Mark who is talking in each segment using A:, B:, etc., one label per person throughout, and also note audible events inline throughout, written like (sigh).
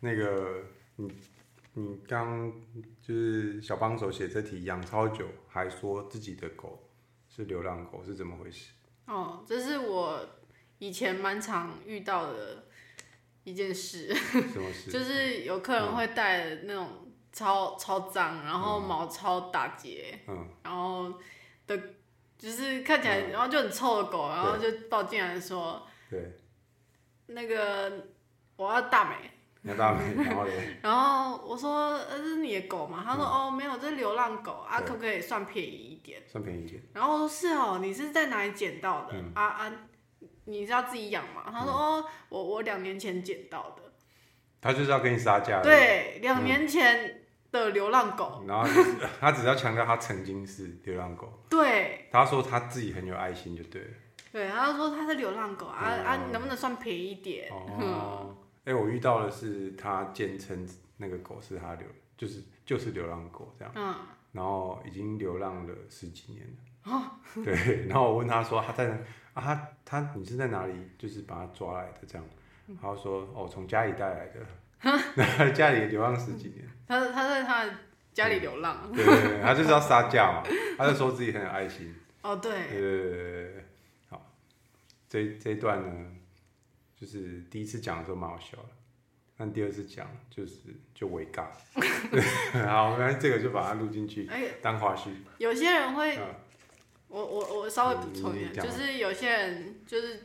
A: 那个你你刚就是小帮手写这题养超久，还说自己的狗是流浪狗，是怎么回事？
B: 哦，这是我以前蛮常遇到的一件事，
A: 什么事？
B: 就是有客人会带那种超、超脏，然后毛超打结，
A: 嗯，
B: 然后的，就是看起来然后就很臭的狗，然后就抱进来说
A: 对，
B: 那个我要大美。
A: 那大美，然后嘞，
B: 然后我说：“呃，这是你的狗吗？”他说：“哦，没有，这是流浪狗啊，
A: 对
B: 可不可以算便宜一点
A: 算便宜一点，？”
B: 然后我说：“是哦，你是在哪里捡到的？
A: 嗯
B: 啊啊，你是要自己养吗？”他说：“哦，我我两年前捡到的，
A: 他就是要跟你杀价，，
B: 对，两年前的流浪狗，
A: 然后他只他只要强调他曾经是流浪狗，
B: 对
A: 他说他自己很有爱心就对了。
B: 对。”他说：“他是流浪狗啊
A: 嗯
B: 啊，能不能算便宜一点？”
A: 哦，哎、我遇到的是他坚称那个狗是他流，就是就是流浪狗这样，
B: 嗯，
A: 然后已经流浪了十几年了。哦，对，然后我问他说他在哪啊他他你是在哪里？就是把他抓来的这样，他说哦从家里带来的，那 (laughs) 家里流浪十几年，
B: 他他在他的家里流浪。
A: 对对对，他就是要杀价嘛，他就说自己很有爱心，
B: 哦，对，
A: 对对对对对对，好，这这一段呢，就是第一次讲的时候蛮好笑的，但第二次讲就是就微尬。好，那这个就把它录进去
B: 哎，
A: 当花絮。
B: 有些人会
A: 嗯
B: 我我我稍微补充一
A: 嗯
B: 下，
A: 讲
B: 就
A: 吧
B: 是有些人就是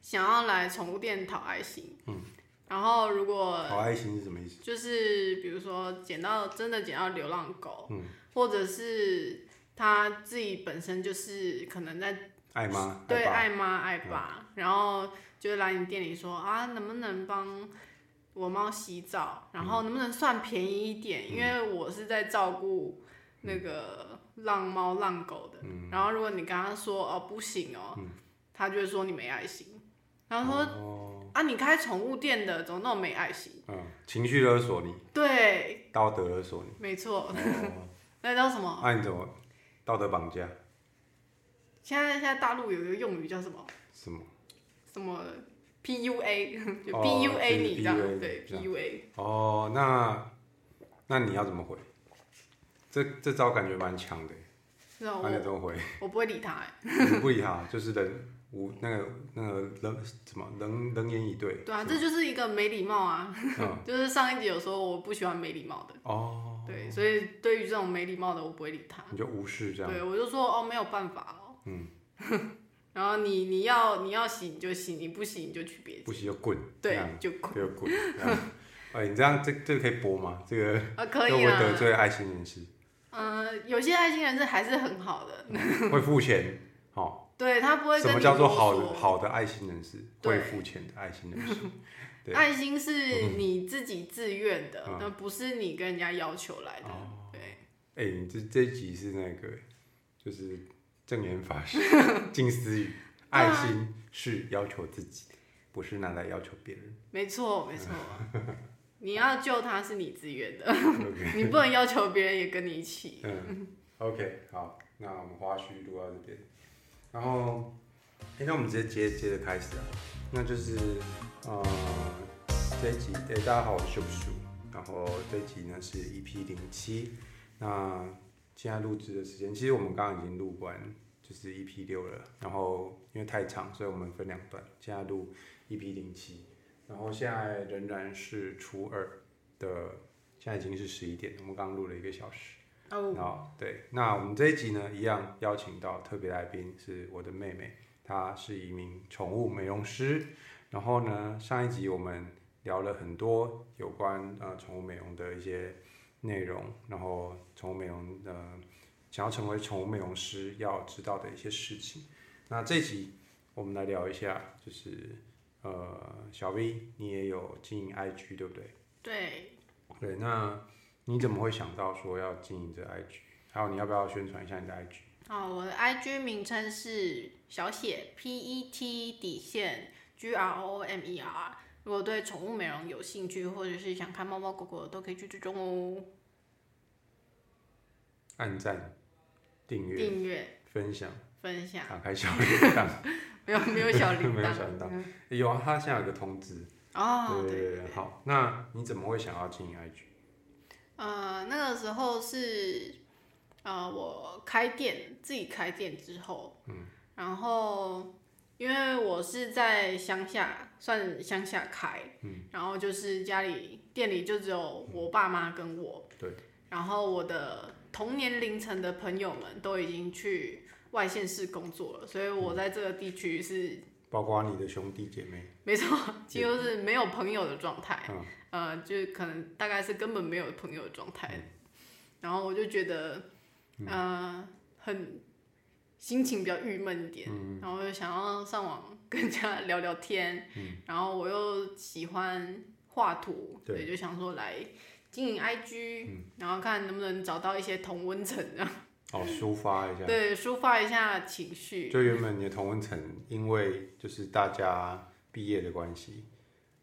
B: 想要来宠物店讨爱心，
A: 嗯，
B: 然后如果
A: 好爱心是什么意思？
B: 就是比如说捡到真的捡到流浪狗，
A: 嗯，
B: 或者是他自己本身就是可能在
A: 爱嗯吗？
B: 对
A: 吧，
B: 爱妈爱爸，然后就来你店里说啊，能不能帮我猫洗澡？然
A: 嗯
B: 后能不能算便宜一点？因为我是在照顾那个浪猫浪狗的。
A: 嗯
B: 然后如果你跟他说哦不行哦，他就会说你没爱心。然后说、
A: 哦，
B: 啊，你开宠物店的怎么那么没爱心？
A: 嗯，情绪勒索你，
B: 对，
A: 道德勒索你。
B: 没错，
A: 哦，
B: (laughs) 那叫什么？
A: 那你怎么道德绑架？
B: 现在现在大陆有一个用语叫什么？
A: 什么？
B: 什么 PUA 就
A: 哦
B: PUA 你这样、
A: PUA
B: 对
A: 这样
B: PUA。
A: 哦，那那你要怎么回？这这招感觉蛮强的，
B: 是啊，
A: 那你
B: 我
A: 怎么回？
B: 我不会理他、欸。
A: 你不理他，就是冷无那个那个冷什么冷冷眼以对。
B: 对啊，这就是一个没礼貌啊。
A: 嗯
B: (laughs) 就是上一集有说我不喜欢没礼貌的，
A: 哦，
B: 对，所以对于这种没礼貌的，我不会理他。
A: 你就无视这样。
B: 对，我就说哦，没有办法哦。嗯。 (laughs) 然后你你要你要洗你就洗，你不洗你就去别
A: 不
B: 家。
A: 行就滚，这
B: 对
A: 样，
B: 就滚
A: 就滚。这样哎，你这样这这个可以播吗？这个
B: 啊，可
A: 会不
B: 以
A: 会
B: 啦。
A: 得罪爱心人士？
B: 呃，有些爱心人士还是很好的，
A: 会付钱，好，
B: 对他不会跟
A: 什
B: 你
A: 么叫做
B: 啰
A: 好
B: 嗦
A: 的好的爱心人士？
B: 对
A: 会付钱的爱心人士。对
B: 爱心是你自己自愿的
A: 嗯，
B: 那、不是你跟人家要求来的。
A: 哦
B: 对，
A: 哎，你这这一集是那个就是正言法师近思语，爱心是要求自己，不是拿来要求别人。
B: 没错
A: (laughs)
B: 没错，你要救他是你自愿的。
A: OK。
B: (laughs) 你不能要求别人也跟你一起。
A: 嗯，OK，好，那我们花絮录到这边，然后，哎、那我们直接接接着开始啊，那就是，呃，这一集，哎、大家好，我是秀叔，然后这一集呢是 EP 零七，那现在录制的时间，其实我们刚刚已经录完，就是 EP 六了，然后因为太长，所以我们分两段，现在录 EP 零七，然后现在仍然是初二的，现在已经是十一点，我们刚录了一个小时。
B: 哦，
A: 好，对，那我们这一集呢，一样邀请到特别来宾是我的妹妹，她是一名宠物美容师。然后呢，上一集我们聊了很多有关呃宠物美容的一些内容，然后宠物美容呃想要成为宠物美容师要知道的一些事情。那这一集我们来聊一下，就是呃小 V 你也有经营 IG 对不对？
B: 对，
A: 对，那你怎么会想到说要经营这 IG？还有你要不要宣传一下你的 IG？
B: 好，我的 IG 名称是小写 P E T 底线 G R O M E R。如果对宠物美容有兴趣，或者是想看猫猫狗狗，都可以去追踪哦。
A: 按赞、订阅、
B: 订阅、
A: 分享、
B: 分享，
A: 打开小铃铛。
B: 没有没有小
A: (laughs)
B: 铃
A: 没有 (laughs)
B: 铛
A: 小铃铛有啊，它现在有个通知，
B: 嗯哦，
A: 对
B: 对
A: 对对，好，那你怎么会想要经营 IG？
B: 呃，那个时候是呃，我开店自己开店之后，嗯，然后因为我是在乡下，算乡下开，嗯，然后就是家里店里就只有我爸妈跟我，
A: 对，
B: 然后我的同年龄层的朋友们都已经去外县市工作了，所以我在这个地区是
A: 包括你的兄弟姐妹，
B: 没错，几乎是没有朋友的状态，
A: 嗯
B: 呃，就是可能大概是根本没有朋友的状态。
A: 嗯
B: 然后我就觉得，呃，很心情比较郁闷一点，
A: 嗯
B: 然后我就想要上网跟人家聊聊天，
A: 嗯
B: 然后我又喜欢画图，
A: 对嗯
B: 所以就想说来经营 IG，、然后看能不能找到一些同温层，然后
A: 哦，抒发一下。
B: 对抒发一下情绪，
A: 就原本你的同温层，因为就是大家毕业的关系，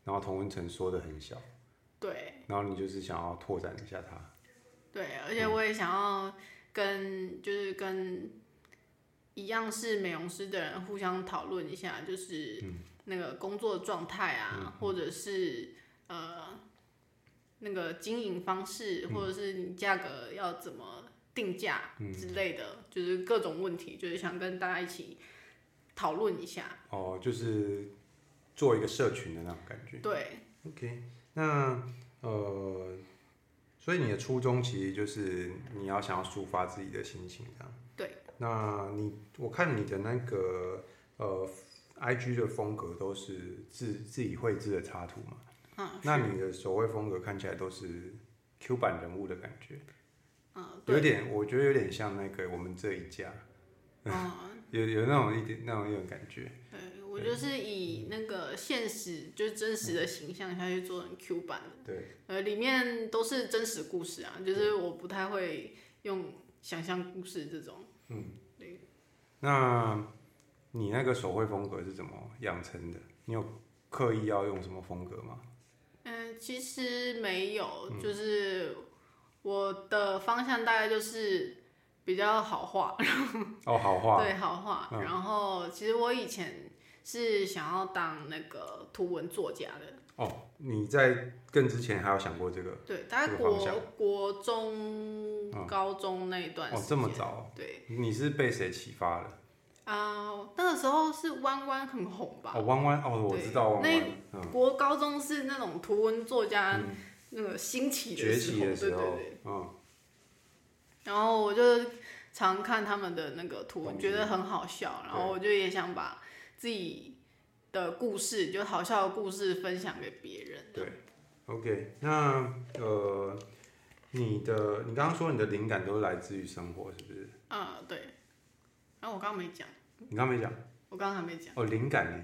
A: 然后同温层缩的很小，
B: 对。
A: 然后你就是想要拓展一下它。
B: 对，而
A: 嗯
B: 且我也想要跟就是跟一样是美容师的人互相讨论一下，就是
A: 嗯
B: 那个工作状态啊，或者是呃那个经营方式，
A: 嗯
B: 或者是你价格要怎么定价之类的，就是各种问题，就是想跟大家一起讨论一下。
A: 哦，就是做一个社群的那种感觉。
B: 对，
A: OK，那呃，所以你的初衷其实就是你要想要抒发自己的心情，这样。
B: 对。
A: 那你我看你的那个呃，IG 的风格都是自自己绘制的插图嘛？
B: 嗯，
A: 那你的手绘风格看起来都是 Q 版人物的感觉，
B: 嗯，
A: 有
B: 对，
A: 点，我觉得有点像那个我们这一家，
B: 嗯，
A: 有有那种一点那种一种感觉。
B: 对，我就是以那个现实，就是真实的形象下去做成 Q 版的，
A: 对，
B: 呃，里面都是真实故事啊，就是我不太会用想象故事这种。
A: 那你那个手绘风格是怎么养成的？你有刻意要用什么风格吗？
B: 嗯，其实没有，
A: 嗯
B: 就是我的方向大概就是比较好画，嗯
A: 哦，好画，嗯
B: 对，好画。然后其实我以前是想要当那个图文作家的，
A: 哦，你在更之前还有想过这个？
B: 对，大概
A: 这个方嗯
B: 国国中、高中那一段时
A: 哦
B: 间，，
A: 这么早，
B: 对。
A: 你是被谁启发的？
B: 啊、那个时候是弯弯很红吧？
A: 哦，弯弯，哦，我
B: 对
A: 知道弯
B: 那
A: 弯，嗯，
B: 国高中是那种图文作家那个兴起的
A: 崛
B: 时候，
A: 起的
B: 对
A: 时
B: 对
A: 候
B: 对。，
A: 嗯，
B: 然后我就常看他们的那个图文，
A: 东西
B: 觉得很好笑，然后我就也想把自己的故事，就好笑的故事分享给别人。
A: 对，OK，那呃，你的你刚刚说你的灵感都来自于生活，是不是？
B: 啊、对。然后我刚刚没讲，
A: 你刚刚没讲
B: 我刚刚还没讲，
A: 哦，灵感呢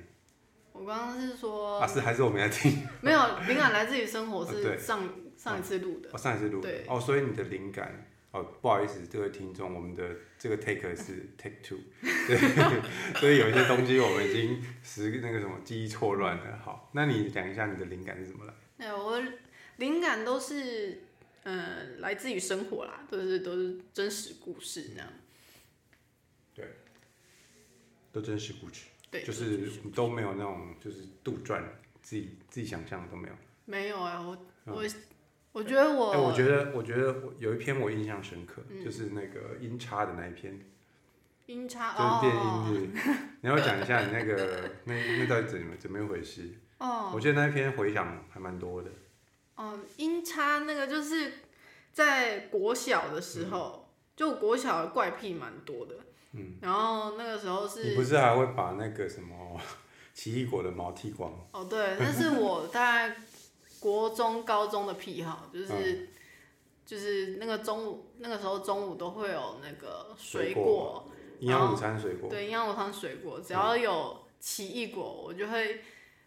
B: 我刚刚是说、
A: 啊，是还是我没在听？
B: 没有灵感来自于生活，
A: 啊
B: 是
A: 对
B: 上、上一次录的。
A: 哦，上一次录的
B: 对
A: 哦，所以你的灵感哦，不好意思，这位听众，我们的这个 take 是 take
B: (laughs)
A: two，对， (laughs) 所以有一些东西我们已经时那个什么记忆错乱了。好，那你讲一下你的灵感是怎么来？
B: 对，我灵感都是嗯、呃来自于生活啦，都是都是真实故事那样。
A: 都真实故事，
B: 对，
A: 就是都没有那种就是杜撰，自己自己想象的都没有。
B: 没有哎、我我我觉得我、
A: 嗯
B: 嗯
A: 哎、我觉得，我觉得有一篇我印象深刻，就是那个音叉的那一篇，
B: 音差
A: 就是电
B: 哦
A: 音日。
B: (laughs)
A: 你要讲一下你那个那那到底怎么怎么一回事？
B: 哦
A: 我记得那一篇回响还蛮多的。
B: 哦，音差那个就是在国小的时
A: 嗯
B: 候，就我国小的怪癖蛮多的。嗯，然后那个时候
A: 你不是还会把那个什么 (laughs) 奇异果的毛剃光？
B: 哦，对，那是
A: (laughs)
B: 我大概国中、高中的癖好，就是、
A: 嗯
B: 就是那个中午那个时候中午都会有那个水
A: 水果营养午餐水果，嗯
B: 对，营养午餐水果，只要有奇异果，我就会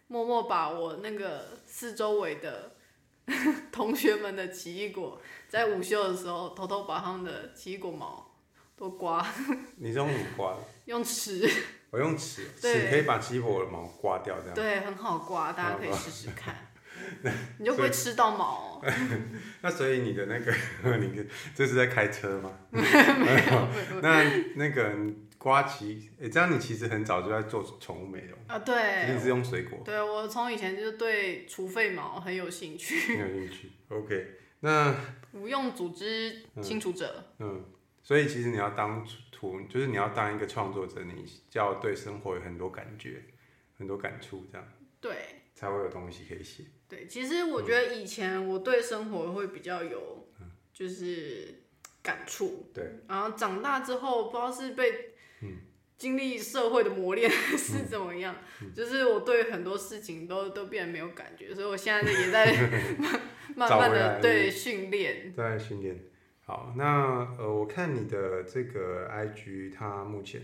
B: 默默把我那个四周围的 (laughs) 同学们的奇异果，在午休的时候偷偷把他们的奇异果毛都刮，
A: 你是用什么刮的？
B: 用尺，
A: 我用
B: (laughs)
A: 尺，
B: 对
A: 尺可以把奇异果的毛刮掉，这样。
B: 对，很好刮，大家可以试试
A: (laughs)
B: 看，你就不会吃到毛哦、
A: 那所以你的 (laughs) (laughs) 那个，你的这是在开车吗？那那个瓜奇，诶，这样你其实很早就在做宠物美容，
B: 啊，
A: 只是
B: 对
A: 你，是用水果，
B: 对我从以前就对除废毛很有兴趣， (laughs)
A: 没有兴趣。OK，那
B: 无用组织清除者，
A: 嗯，所以其实你要当图，就是你要当一个创作者，你就要对生活有很多感觉，很多感触，这样
B: 对。
A: 才会有东西可以写。
B: 对，其实我觉得以前我对生活会比较有，就是感触。
A: 嗯对，
B: 然后长大之后，不知道是被经历社会的磨练 (laughs) 是怎么样，
A: 嗯
B: 就是我对很多事情都都变得没有感觉，所以我现在也在
A: (laughs)
B: 慢慢
A: 找
B: 慢
A: 回来嗯
B: 的对训练。
A: 在训练。好，那呃，我看你的这个 IG，它目前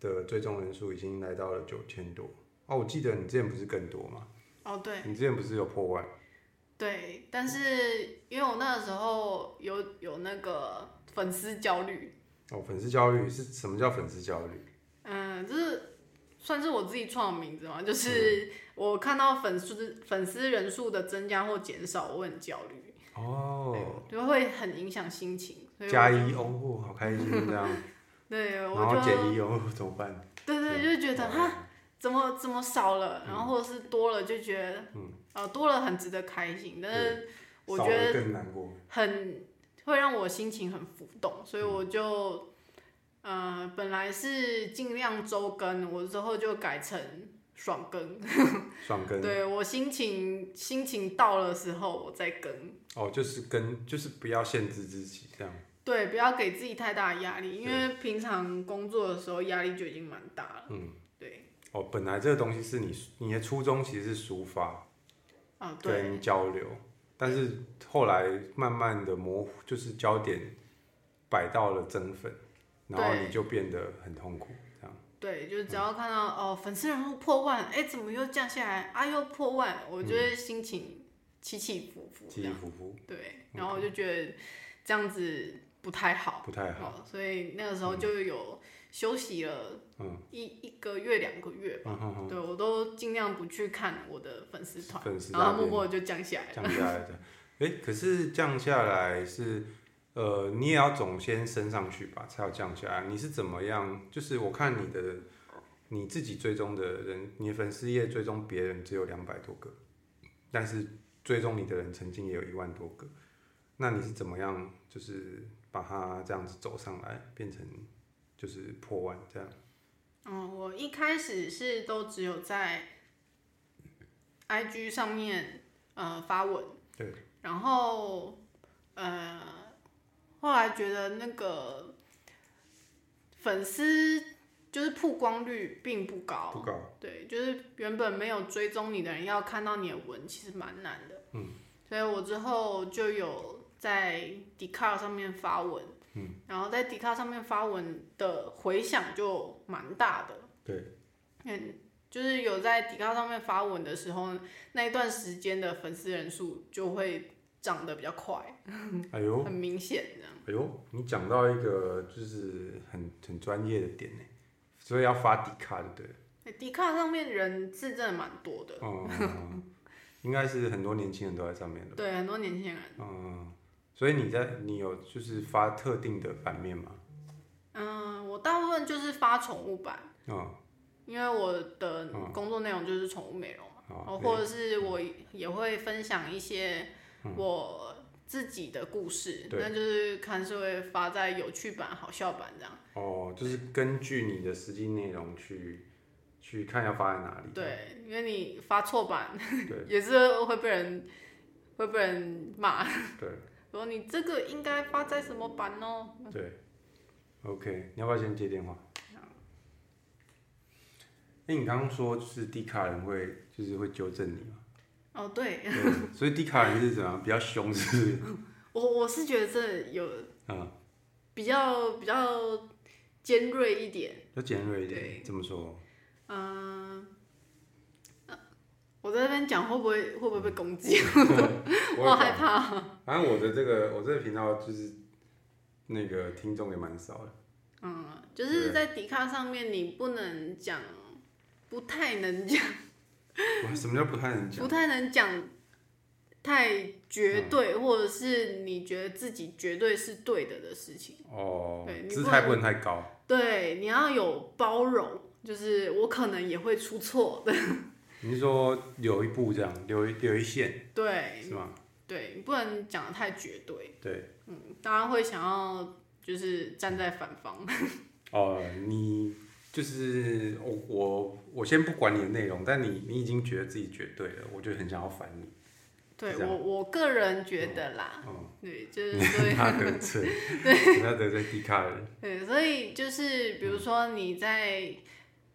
A: 的追踪人数已经来到了九千多。哦，我记得你之前不是更多吗？
B: 哦，对
A: 你之前不是有破万？
B: 对，但是因为我那个时候有有那个粉丝焦虑，
A: 哦，粉丝焦虑是什么叫粉丝焦虑？
B: 嗯，就是算是我自己创的名字嘛，
A: 嗯
B: 就是我看到粉丝粉丝人数的增加或减少，我很焦虑，
A: 哦，
B: 就会很影响心情。所以我
A: 加一哦，好开心这样，
B: 对，
A: 然
B: 我
A: 后
B: 就
A: 减哦一哦，怎么办？
B: 对对，就觉得哈，怎么怎么少了，然后或者是多了，就觉得
A: 嗯
B: 呃多了很值得开心，但是我
A: 少
B: 觉
A: 了
B: 得
A: 更难过。
B: 很会让我心情很浮动，所以
A: 嗯
B: 我就。呃，本来是尽量周更，我之后就改成爽更，
A: 爽更
B: 对我心情心情到了时候我再更，
A: 哦，就是跟就是不要限制自己这样，
B: 对，不要给自己太大的压力，因为平常工作的时候压力就已经蛮大了。
A: 嗯，
B: 对，
A: 哦，本来这个东西是你你的初衷其实是抒发
B: 啊对，
A: 跟交流，但是后来慢慢的模糊，就是焦点摆到了增粉，然后
B: 对
A: 你就变得很痛苦这样，
B: 对，就是只要
A: 嗯
B: 看到、哦粉丝人数破万，哎，怎么又降下来啊？又破万，我觉得心情起起伏伏这
A: 嗯起起
B: 样。
A: 伏伏
B: 对，然后我就觉得这样子不太好，
A: 不太好。
B: 哦，所以那个时候就有休息了
A: 嗯
B: 一、一个月两个月吧。
A: 嗯哼哼，
B: 对我都尽量不去看我的粉丝团
A: 粉丝，
B: 然后
A: 大
B: 默
A: 便
B: 默地就降下来了。
A: 降下来的。哎、可是降下来是，呃，你也要总先升上去吧，才要降下来。你是怎么样？就是我看你的，你自己追踪的人，你的粉丝页追踪别人只有两百多个，但是追踪你的人曾经也有一万多个。那你是怎么样？就是把它这样子走上来，变成就是破万这样。
B: 嗯，我一开始是都只有在 IG 上面呃发文，
A: 对，
B: 然后呃后来觉得那个粉丝就是曝光率并不高，
A: 不高。
B: 对，就是原本没有追踪你的人要看到你的文，其实蛮难的。
A: 嗯，
B: 所以我之后就有在 d 卡上面发文，嗯，然后在 d 卡上面发文的回响就蛮大的。
A: 对，
B: 嗯，就是有在 d 卡上面发文的时候，那一段时间的粉丝人数就会涨得比较快，
A: 哎呦，
B: 很明显这样。
A: 哎呦，你讲到一个就是很很专业的点呢，所以要发底卡就对了。
B: d 卡哎上面人是真的蛮多的，
A: 嗯，应该是很多年轻人都在上面的。
B: 对，很多年轻人。
A: 嗯，所以你在你有就是发特定的版面吗？
B: 嗯，我大部分就是发宠物版。
A: 嗯，
B: 因为我的工作内容就是宠物美容嘛，然后
A: 好，
B: 或者是我也会分享一些我自己的故事，
A: 嗯对
B: 那就是看是会发在有趣版、好笑版这样。
A: 哦，就是根据你的实际内容去去看要发在哪里。
B: 对，因为你发错版
A: 嗯对
B: 也是会被人会被人骂，
A: 对
B: (laughs) 说你这个应该发在什么版哦？
A: 对，OK，你要不要先接电话？哎、你刚刚说就是迪卡人会就是会纠正你吗？
B: 哦，对
A: 对，所以迪卡人是怎样？比较凶是不是？
B: 我我是觉得这有
A: 嗯，
B: 比较比较尖锐一点。
A: 比较尖锐一
B: 对
A: 点。这么
B: (laughs)
A: 说？
B: 嗯，啊我在那边讲会不会会不会被攻击？ (laughs) 我好
A: 也
B: 害
A: 管。
B: 怕。
A: 反正我的这个我这个频道就是那个听众也蛮少的。
B: 嗯，就是在迪卡上面，你不能讲，不太能讲，
A: 哇，什么叫不太能
B: 不
A: 讲？
B: 太能讲太绝对，或者是你觉得自己绝对是对的的事情。
A: 哦
B: 对，你
A: 姿
B: 不
A: 态
B: 能
A: 不能太高。
B: 对，你要有包容，就是我可能也会出错的，
A: 你是说留一步这样，留一留一线
B: 对
A: 是吗？
B: 对，你不能讲的太绝对，
A: 对，
B: 嗯，大家会想要就是站在反方，
A: 哦、你就是我我我先不管你的内容，但你你已经觉得自己绝对了，我就很想要烦你，
B: 对
A: 是这样
B: 我我个人觉得啦，
A: 嗯，
B: (laughs) 对，
A: (laughs)
B: 就是所以
A: 他得罪，对，他得罪迪卡人，
B: 对，所以就是
A: 嗯
B: 比如说你在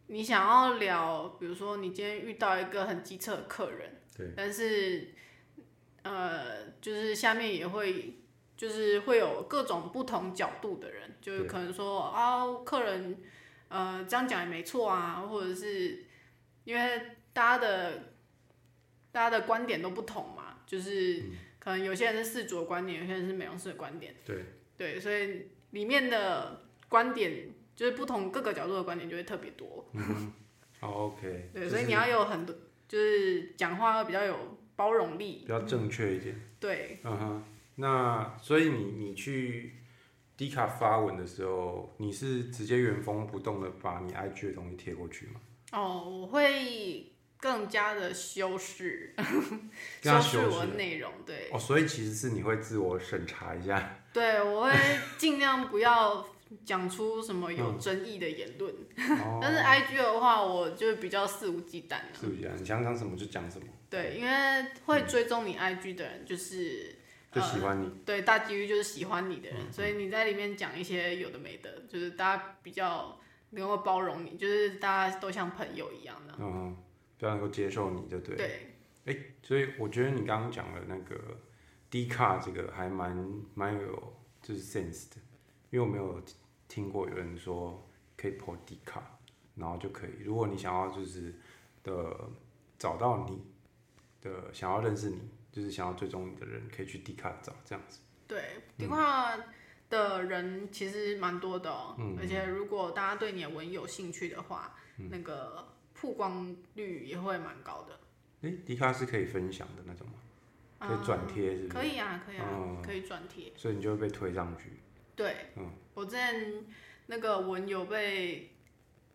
B: 你想要聊，比如说你今天遇到一个很机车的客人，
A: 对，
B: 但是呃，就是下面也会就是会有各种不同角度的人，就是
A: 对
B: 可能说啊，客人呃这样讲也没错啊，或者是因为大家的大家的观点都不同嘛，就是
A: 嗯
B: 可能有些人是事主的观点，有些人是美容师的观点。 (laughs)
A: 对，
B: 对，所以里面的观点就是不同各个角度的观点就会特别多。
A: 哦，OK，
B: 对，
A: 就
B: 所以
A: 是
B: 你要有很多，就是讲话要比较有包容力
A: 比。较正确一点。
B: 对，
A: 嗯哼，那所以你你去 D 卡发文的时候，你是直接原封不动的把你 IG 的东西贴过去吗？
B: 哦，我会更加的修饰，
A: 跟他
B: 饰
A: 修
B: 我的
A: 饰
B: 内容。对，
A: 哦，所以其实是你会自我审查一下。
B: 对，我会尽量不要讲出什么有争议的言论。
A: 哦，
B: 但是 IG 的话，我就比较肆无忌惮了、
A: 是不是啊？你想讲什么就讲什么，
B: 对，因为会追踪你 IG 的人，就是
A: 就嗯
B: 呃
A: 喜欢你。
B: 对，大几率就是喜欢你的人，所以你在里面讲一些有的没的，就是大家比较能够包容你，就是大家都像朋友一样的。
A: 嗯哼，比较能够接受你就对。
B: 对，
A: 哎、所以我觉得你刚刚讲的那个 D 卡这个还蛮蛮有就是 sense 的，因为我没有听过有人说可以 po D 卡，然后就可以。如果你想要就是的找到你的想要认识你，就是想要追踪你的人，可以去 D 卡找这样子。
B: 对，
A: 嗯
B: 迪化的人其实蛮多的哦、
A: 嗯
B: 而且如果大家对你的文有兴趣的话，那个曝光率也会蛮高的。
A: 哎、d 卡是可以分享的那种吗？可以转贴是不是？
B: 可以啊，可以啊，
A: 嗯
B: 可以转贴。
A: 所以你就会被推上去，
B: 对，
A: 嗯
B: 我之前那个文有被，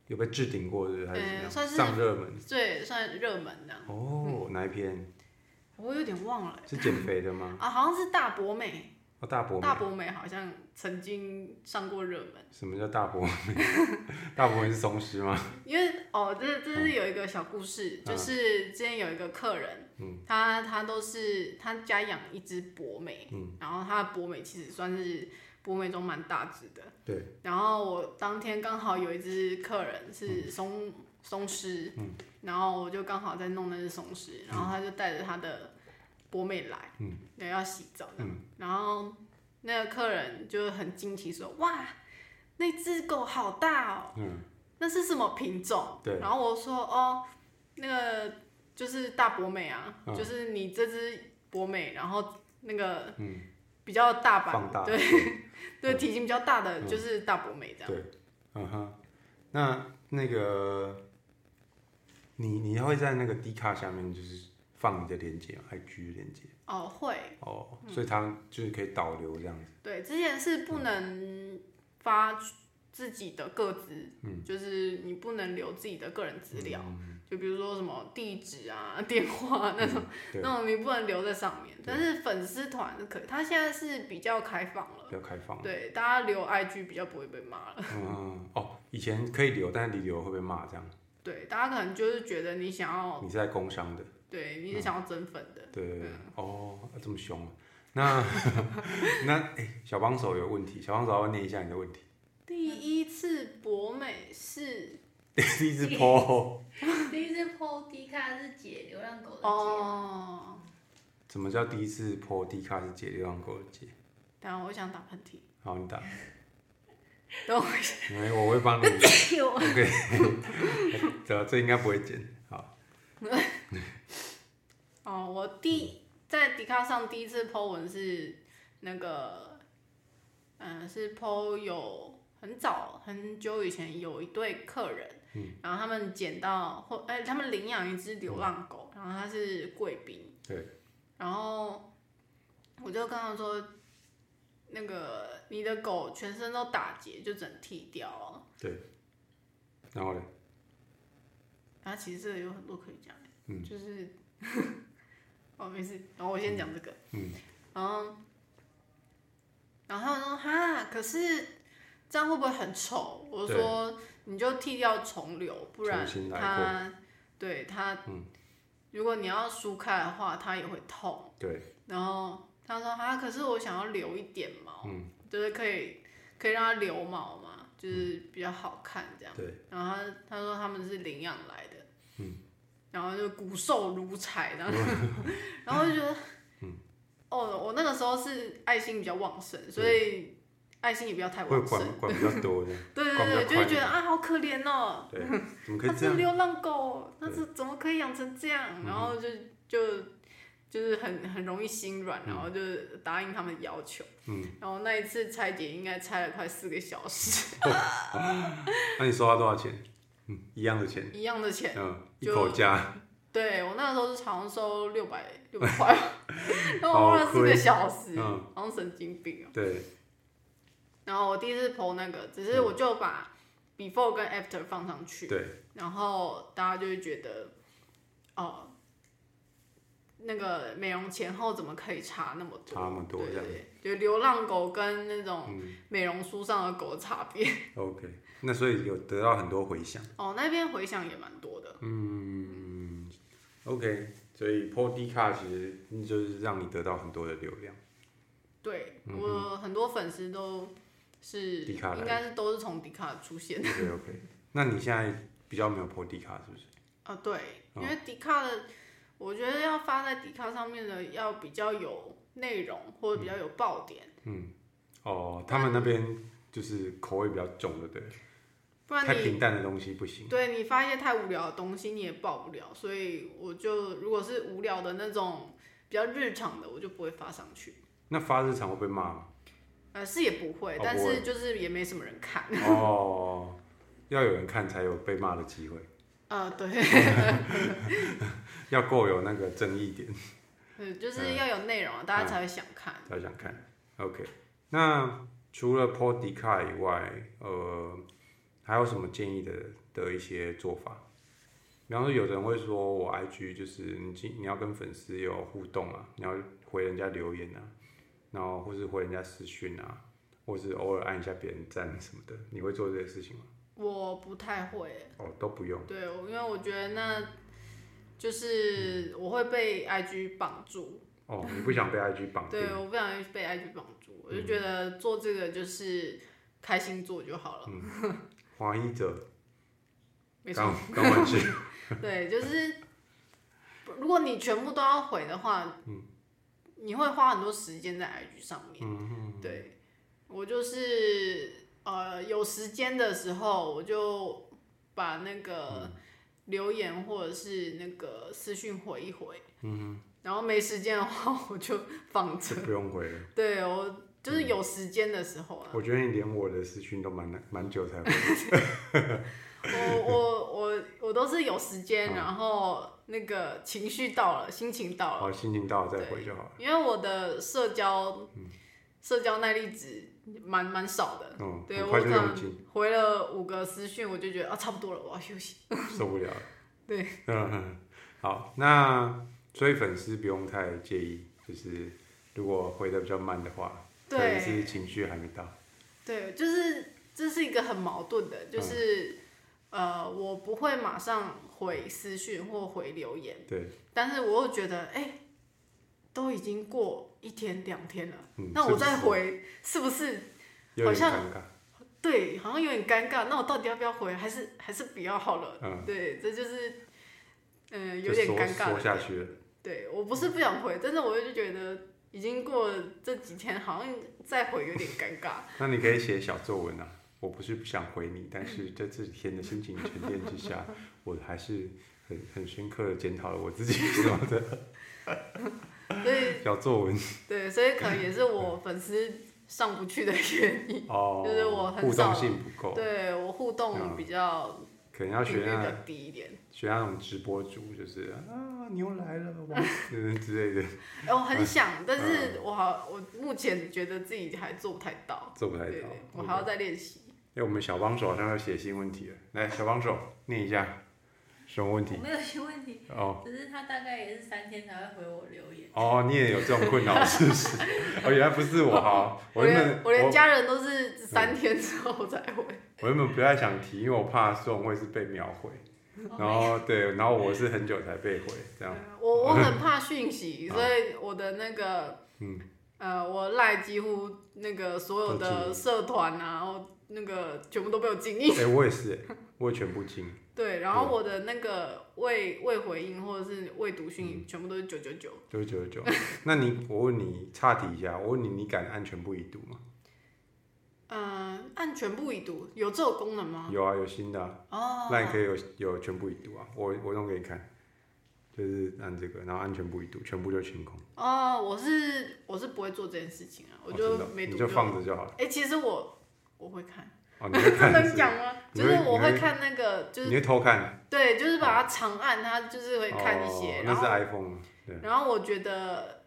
A: 有被置顶过是不是还是怎么
B: 呃
A: 样？
B: 算是
A: 上热门
B: 对，算热门的，
A: 哦，哪一篇？
B: 我有点忘了、
A: 是减肥的吗？
B: 啊，好像是大博美。
A: 哦，大伯
B: 大博美好像曾经上过热门，
A: 什么叫大伯门？ (laughs) 大伯门是松狮吗？
B: (laughs) 因为哦，这这是有一个小故事，
A: 嗯
B: 就是之前有一个客人，
A: 嗯
B: 他他都是他家养一只博美，
A: 嗯
B: 然后他的博美其实算是博美中蛮大只的，
A: 对，
B: 然后我当天刚好有一只客人
A: 嗯
B: 是松、松狮，然后我就刚好在弄那只松狮，然后他就带着他的博美来，
A: 嗯
B: 对，要洗澡这样
A: 嗯
B: 然后那个客人就很惊奇说：“哇，那只狗好大哦，
A: 嗯，
B: 那是什么品种？”
A: 对
B: 然后我说：“哦，那个就是大博美啊，
A: 嗯
B: 就是你这只博美，然后那个
A: 嗯
B: 比较大版
A: 放
B: 的，
A: 大，
B: 对
A: 对，
B: 对，体型比较大的
A: 嗯
B: 就是大博美这样。”
A: 嗯哼。那那个，你你会在那个 D 卡下面就是放你的链接吗，IG 链接
B: 哦，会，
A: 哦，所以它就是可以导流这样子。
B: 对，之前是
A: 嗯
B: 不能发自己的个资，
A: 嗯
B: 就是你不能留自己的个人资料，就比如说什么地址啊、 (laughs) 电话啊那种，
A: 嗯对，
B: 那种你不能留在上面。但是粉丝团是可以，它现在是比较开放了，
A: 比较开放。
B: 对，大家留 IG 比较不会被骂了。
A: 嗯哦，以前可以留，但是你留会被骂这样。
B: 对，大家可能就是觉得你想要，
A: 你是在工商的，
B: 对，
A: 嗯
B: 你是想要增粉的。
A: 哦对对对
B: 嗯，
A: 哦，这么凶啊。那 (laughs) 那哎、小帮手有问题，小帮手要念一下你的问题。 (laughs)
B: 第一次博美是
A: 第 (laughs) 一次 PO，
C: (laughs) 第一次 PO D 卡是解流浪狗的解，
B: 哦，
A: 怎么叫第一次 PO 低卡是解流浪狗的解？
B: 等一下我想打喷嚏，
A: 好，你打，
B: 等我一下。
A: 因为我会帮你。OK，这这应该不会剪。好，
B: 哦，我第在迪卡上第一次 Po 文是那个，嗯、是 Po 有很早很久以前有一对客人，然后他们捡到或哎、他们领养一只流浪狗，然后它是贵宾，
A: 对，
B: 然后我就跟他说，那个你的狗全身都打结，就整剃掉了。
A: 然后呢？
B: 然后啊其实这个有很多可以讲，欸
A: 嗯
B: 就是哦没事，然后我先讲这个，
A: 嗯，
B: 然后然后他们说哈，可是这样会不会很丑？我就说你就剃掉重留，不然
A: 重新来过
B: 它对它，
A: 嗯
B: 如果你要梳开的话，它也会痛。
A: 对，
B: 然后他说啊，可是我想要留一点毛，
A: 嗯
B: 就是可以可以让它留毛嘛，就是
A: 嗯
B: 比较好看这样。
A: 对，
B: 然后他他说他们是领养来的，
A: 嗯，
B: 然后就骨瘦如柴，然后
A: (laughs)
B: 然后就觉得，
A: 嗯
B: 哦，我那个时候是爱心比较旺盛，所以爱心也不要太
A: 会
B: 旺盛，
A: 管管比较
B: (laughs)
A: 多的，
B: 对对
A: 管比较
B: 对，就会
A: 宽
B: 觉得啊好可怜哦，
A: 对，怎么可以
B: 它
A: 这
B: 是
A: 样？
B: 流浪狗，它
A: 对嗯
B: 是怎么可以养成这样？然后就就就是很很容易心软，然后就答应他们的要求。
A: 嗯，
B: 然后那一次拆解应该拆了快四个小时，
A: 那你收他多少钱？嗯，一样的钱，
B: 一样的钱。
A: 嗯，一
B: 就
A: 口价，
B: 对我那时候是好像收六百六百块，
A: (laughs)
B: 然后我
A: 好
B: 花了四个
A: 亏
B: 小时，
A: 嗯
B: 好像神经病哦。
A: 对，
B: 然后我第一次 PO 那个，只是我就把 before 跟 after 放上去，
A: 嗯对，
B: 然后大家就会觉得，哦，那个美容前后怎么可以差那么多？
A: 差那么多
B: 对
A: 这样
B: 对，就流浪狗跟那种
A: 嗯
B: 美容书上的狗的差别。
A: ，OK，那所以有得到很多回响，
B: 哦，那边回响也蛮多的。
A: 嗯，OK，所以 p o d c a 其实就是让你得到很多的流量，
B: 对、我很多粉丝都是，
A: 嗯迪卡来的
B: 应该是都是从迪卡出现的。
A: 对，OK，那你现在比较没有 p o d c a 是不是？
B: 啊，对，
A: 哦
B: 因为迪卡的，我觉得要发在迪卡上面的，要比较有内容或
A: 嗯
B: 者比较有爆点。
A: 哦，他们那边就是口味比较重的，对了，
B: 不然
A: 太
B: 你
A: 平淡的东西不行，
B: 对你发一些太无聊的东西，你也爆不了，所以我就如果是无聊的那种比较日常的，我就不会发上去。
A: 那发日常会被骂
B: (laughs)
A: 吗？
B: 呃，是也不会，
A: 哦
B: 但
A: 不会
B: 是就是也没什么人看。
A: 哦，要有人看才有被骂的机会，
B: 呃，对，
A: (laughs) 要够有那个争议点。
B: 嗯就是要有内容啊，
A: 嗯
B: 大家才会想看。
A: 大家想看。OK，那除了 p o d i c a 以外，呃，还有什么建议的的一些做法？比方说，有的人会说我 IG 就是你进你要跟粉丝有互动啊，你要回人家留言啊，然后或是回人家私讯啊，或是偶尔按一下别人赞什么的，你会做这些事情吗？
B: 我不太会，
A: 哦，都不用。
B: 对，我因为我觉得那就是我会被 IG 绑住，
A: 哦，你不想被 IG 绑定
B: 对，啊嗯我不想被 IG 绑住，我就觉得做这个就是开心做就好了，
A: 怀疑者，
B: (laughs) 没错。
A: 刚刚完事。
B: 对，就是如果你全部都要回的话，你会花很多时间在 IG 上面。对，我就是呃有时间的时候，我就把那个留言或者是那个私讯回一回。嗯然后没时间的话， (laughs) 我就放着
A: 就。不用回了。
B: 对嗯我就是有时间的时候啊，
A: 我觉得你连我的私讯都蛮蛮久才回。
B: (laughs) 我我我我都是有时间，
A: 嗯
B: 然后那个情绪到了，心情到了，
A: 好，心情到了再回就好了。
B: 因为我的社交、社交耐力值蛮蛮少的，
A: 嗯，
B: 对
A: 很
B: 我
A: 快
B: 可
A: 就用
B: 能
A: 尽，
B: 回了五个私讯，我就觉得啊差不多了，我要休息。
A: (laughs) 受不了了。
B: (laughs) 对，
A: 嗯，好，那所以粉丝不用太介意，就是如果回的比较慢的话，可能是
B: 对
A: 情绪还没到。
B: 对，就是这是一个很矛盾的，
A: 嗯
B: 就是、呃我不会马上回私讯或回留言，
A: 对，
B: 但是我又觉得哎、都已经过一天两天了，
A: 嗯，
B: 那
A: 是
B: 我
A: 不
B: 再
A: 是
B: 回是不是
A: 有
B: 好
A: 点
B: 像
A: 尴尬。
B: 对，好像有点尴尬。那我到底要不要回？还是还是不要好了？
A: 嗯
B: 对，这就是，嗯、
A: 就
B: 有点
A: 缩
B: 尴尬
A: 缩
B: 的
A: 下
B: 点。
A: 去了。
B: 对我不是不想回，但是我就觉得已经过了这几天，好像再回有点尴尬。 (laughs)
A: 那你可以写小作文啊。我不是不想回你，但是在这几天的心情沉淀之
B: (laughs)
A: 下，我还是很很深刻的检讨了我自己什么的
B: 所以
A: 小作文。
B: 对，所以可能也是我粉丝上不去的原因。
A: 哦，
B: 就是我很
A: 互
B: 少
A: 动性不够。
B: 对我互动比较
A: 可能要
B: 频率
A: 学
B: 比较
A: 那
B: 低一点。
A: 学那种直播主，就是啊牛来了，王子 (laughs) 之类的，
B: 哎、我很想，
A: 嗯
B: 但是我好，我目前觉得自己还做不太到。
A: 做不太
B: 对
A: 到。
B: 对，我还要再练习。
A: 哎、我们小帮手好像要写新问题了，来，小帮手念一下，什么问
C: 我
A: 题？
C: 没有些问题，
A: 哦
C: 只是他大概也是三天才会回我留言。
A: 哦，你也有这种困扰是不是？ (laughs) 哦，原来不是我哈，
B: 我
A: 原
B: 连
A: 本
B: 我
A: 我
B: 连家人都是三天之后才回。
A: 我原本不太想提，因为我怕这种会是被秒回，
C: 哦
A: 然后对，然后我是很久才被回，这样
B: 嗯我我很怕
A: (laughs)
B: 讯息，
A: 啊
B: 所以我的那个，
A: 嗯
B: 呃，我赖几乎那个所有
A: 都
B: 的社团啊，我那个全部都被我禁音。
A: 哎、我也是、哎我也全部清，
B: 对，然后我的那个未未回应或者是未读
A: 嗯
B: 讯，全部都是九九九。
A: 九九九。那你我问你，岔题一下，我问你，你敢安全不已读吗？
B: 嗯，按全部已读，有这种功能吗？
A: 有啊，有新的、啊。
B: 哦，
A: 那你可以有有全部已读啊，我我弄给你看，就是按这个，然后按全部已读，全部就清空，
B: 哦，我是我是不会做这件事情啊，我
A: 哦真
B: 就
A: 的哦
B: 没
A: 你
B: 读
A: 就放着就好了。
B: 哎，其实我我会看， (laughs)
A: 哦，你会
B: 这
A: 看
B: 能
A: 是
B: 讲吗？
A: 你
B: 就是
A: 会
B: 我
A: 你
B: 会
A: 会
B: 看那个，就是
A: 你会偷看，啊
B: 对，就是把它长按，它就是会看一些，
A: 哦、那
B: 然
A: 是
B: 后
A: iPhone 吗对，
B: 然后我觉得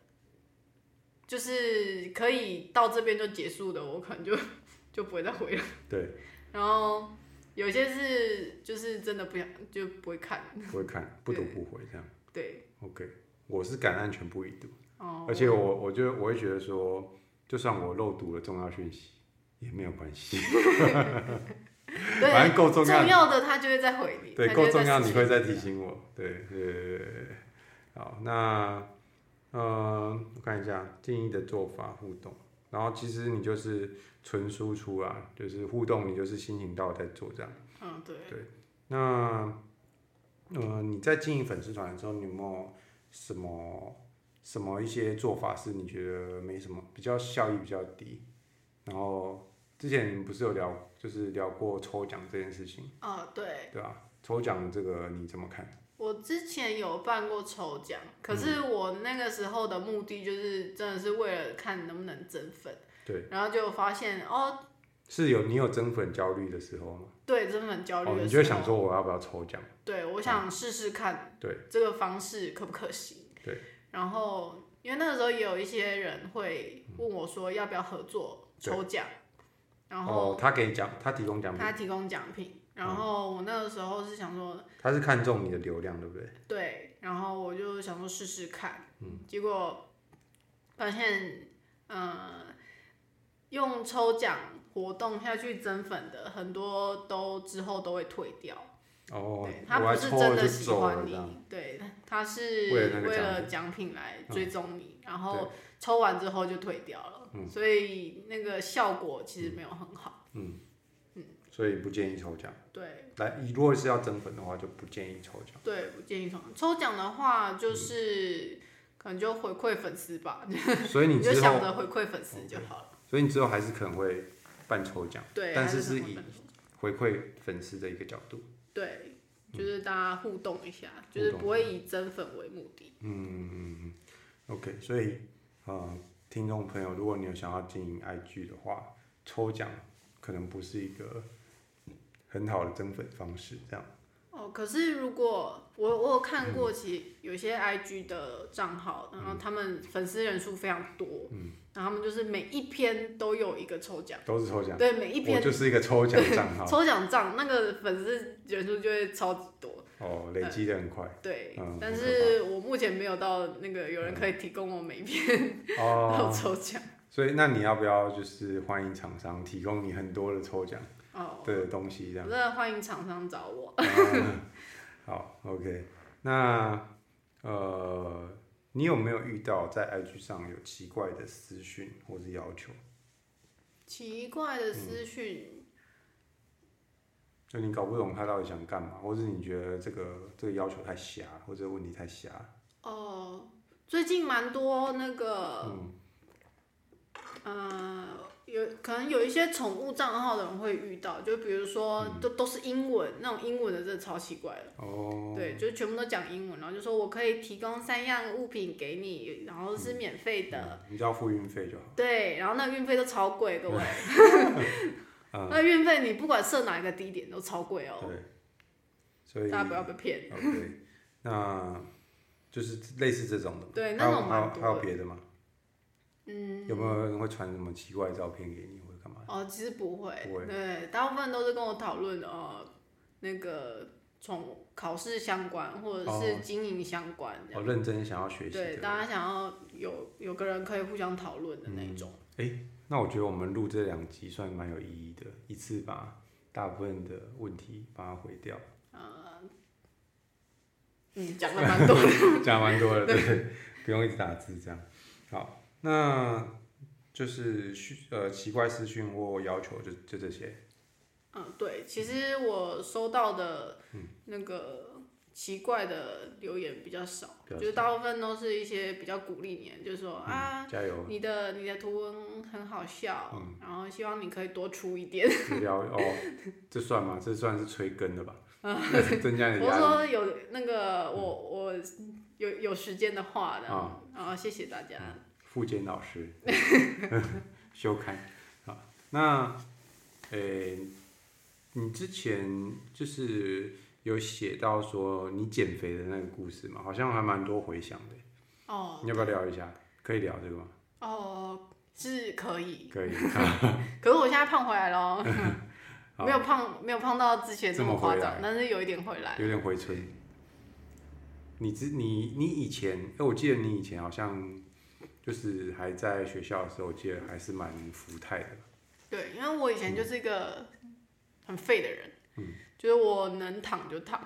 B: 就是可以到这边就结束的，我可能就就不会再回了。 (laughs)
A: 对，
B: 然后有些是就是真的不想就不会看，
A: 不会看，不读
B: 对
A: 不回这样。
B: 对，
A: OK，我是敢按全部已读，
B: 哦，
A: 而且我我就我会觉得说，就算我漏读了重要讯息也没有关系，反
B: 对
A: (laughs) 正够重
B: 重
A: 要，
B: 要的他就会再回你，
A: 对，
B: 它就
A: 够
B: 会
A: 重
B: 再
A: 要，
B: 私
A: 你
B: 讯
A: 会再提醒我。对对对对对对。好，那呃，我看一下建议的做法互动，然后其实你就是纯输出啊，就是互动，你就是心情到在做这样。
B: 嗯，对，
A: 那呃，你在经营粉丝团的时候，你有没有什么什么一些做法是你觉得没什么，比较效益比较低？然后之前你们不是有聊，就是聊过抽奖这件事情，
B: 啊，对。
A: 对吧、抽奖这个你怎么看？
B: 我之前有办过抽奖，可是
A: 嗯
B: 我那个时候的目的就是真的是为了看能不能增粉，
A: 对，
B: 然后就发现哦，
A: 是有你有增粉焦虑的时候吗？
B: 对，增粉焦虑的
A: 哦，
B: 时候，
A: 你就会想说我要不要抽奖？
B: 对，我想试试看，
A: 对，
B: 这个方式可不可行？
A: 对，
B: 然后因为那个时候也有一些人会问我说要不要合作
A: 对
B: 抽奖，然
A: 哦
B: 后，
A: 他给你奖，他提供奖品嗯
B: 他，提供奖品，然后我那个时候是想说
A: 他是看中你的流量，对不对？
B: 对，然后我就想说试试看，
A: 嗯
B: 结果发现，呃，用抽奖活动下去增粉的很多都之后都会退掉，
A: 哦
B: 对，，他
A: 我还
B: 不是
A: 抽
B: 真
A: 了
B: 的
A: 就
B: 喜
A: 走了
B: 欢
A: 这样。
B: 你，对，他是
A: 为了那个
B: 为
A: 奖嗯
B: 了奖品来追踪你，然
A: 对嗯
B: 后抽完之后就退掉了，所以那个效果其实没有很好，
A: 所以不建议抽奖。
B: 对。
A: 来，你如果是要增粉的话，就不建议
B: (laughs)
A: 抽奖。嗯
B: 对，不建议抽奖。抽奖的话，就是、可能就回馈粉丝吧， (laughs)
A: 所以
B: 你
A: 你
B: 就
A: 之
B: 想
A: 后，哦
B: 着回馈粉丝就好了。
A: 所以你之后还是可能会办抽奖，
B: 对，
A: 但
B: 还
A: 是
B: 是
A: 是
B: 很
A: 以
B: 粉丝
A: 回馈粉丝的一个角度。
B: 对，就是大家互动一下，就
A: 嗯互
B: 是
A: 动
B: 不会以增粉为目的。
A: OK，所以呃，听众朋友，如果你有想要经营 IG 的话，抽奖可能不是一个很好的增粉方式。这样，
B: 哦，可是如果我我有看过，其实有些 IG 的账号，然后
A: 嗯
B: 他们粉丝人数非常多，嗯，然后他们就是每一篇都有一个抽奖，
A: 都是抽奖。
B: 对，每一
A: 我
B: 篇
A: 就是一个抽奖账号，
B: (laughs) 抽奖账，那个粉丝人数就会超级多，
A: 哦，累积的很快。
B: 对，
A: 嗯
B: 但
A: 很可
B: 是我目前没有到那个有人可以提供我每一篇 (laughs) 都有
A: 哦，
B: 抽奖，
A: 所以那你要不要就是欢迎厂商提供你很多的抽奖
B: 哦，
A: 的东西这
B: 我
A: 样
B: 真？的欢迎厂商找我。
A: 啊好，OK，那呃，你有没有遇到在 IG 上有奇怪的私讯或是要求？
B: 奇怪的私讯，
A: 就你搞不懂他到底想干嘛，或是你觉得这个这个要求太瞎，或者问题太瞎？
B: 哦，最近蛮多那个，
A: 嗯
B: 呃，有可能有一些宠物账号的人会遇到，就比如说、都都是英文，那种英文的真的超奇怪的，
A: 嗯哦，
B: 呃对，就全部都讲英文，然后就说我可以提供三样物品给你，然后是免费的，
A: 嗯，你只要付运费就好。
B: 对，然后那个运费都超贵，
A: (laughs) 嗯
B: (laughs) 各位，那运费你不管设哪一个地点都超贵哦，
A: 对，所以
B: 大家不要被骗。
A: OK，那就是类似这种的。
B: 对，
A: 还
B: 那
A: 有
B: 种
A: 还有
B: 蛮
A: 还有
B: 多的。
A: 别的吗？
B: 嗯，
A: 有没有人会传什么奇怪的照片给你或者干嘛？
B: 哦，其实不会，
A: 不会
B: 对，大部分都是跟我讨论呃那个从考试相关或者是
A: 哦
B: 经营相关这
A: 我
B: 样。
A: 认真想要学习
B: 对，
A: 的。
B: 大家想要有有个人可以互相讨论的
A: 嗯
B: 那种。
A: 那我觉得我们录这两集算蛮有意义的，一次把大部分的问题把它毁掉，
B: 嗯，讲了蛮多的。 (laughs)
A: 讲蛮多了，对，不用一直打字这样。好，那就是讯呃奇怪私讯或要求就就这些。
B: 嗯，对，其实我收到的
A: 嗯
B: 那个奇怪的留言比较少，
A: 比较少嗯
B: 就是大部分都是一些比较鼓励你的，就是说、啊，
A: 加油，
B: 你的你的图文很好笑，
A: 嗯
B: 然后希望你可以多出一点。
A: 治疗哦，这算吗？这算是催更的吧？ (laughs) 增加你的
B: 啊我
A: 压力。嗯
B: 说有那个我我有有时间的话的
A: 啊嗯
B: 啊，谢谢大家。
A: 复健老
B: (laughs)
A: 师修刊啊。那，诶、你之前就是有写到说你减肥的那个故事嘛，好像还蛮多回响的，
B: 哦
A: 你要不要聊一下？可以聊这个吗？
B: 哦，是可以，
A: 可以，
B: 可是我现在胖回来
A: (laughs)
B: 喽，
A: 好
B: 没有胖没有胖到之前那么夸
A: 这么回
B: 张
A: 来，
B: 但是有一点回来。
A: 有点回春。你之你你以前，哎、我记得你以前好像就是还在学校的时候，我记得还是蛮福态的。
B: 对，因为我以前就是一个很废的人，
A: 嗯
B: 就是我能躺就躺，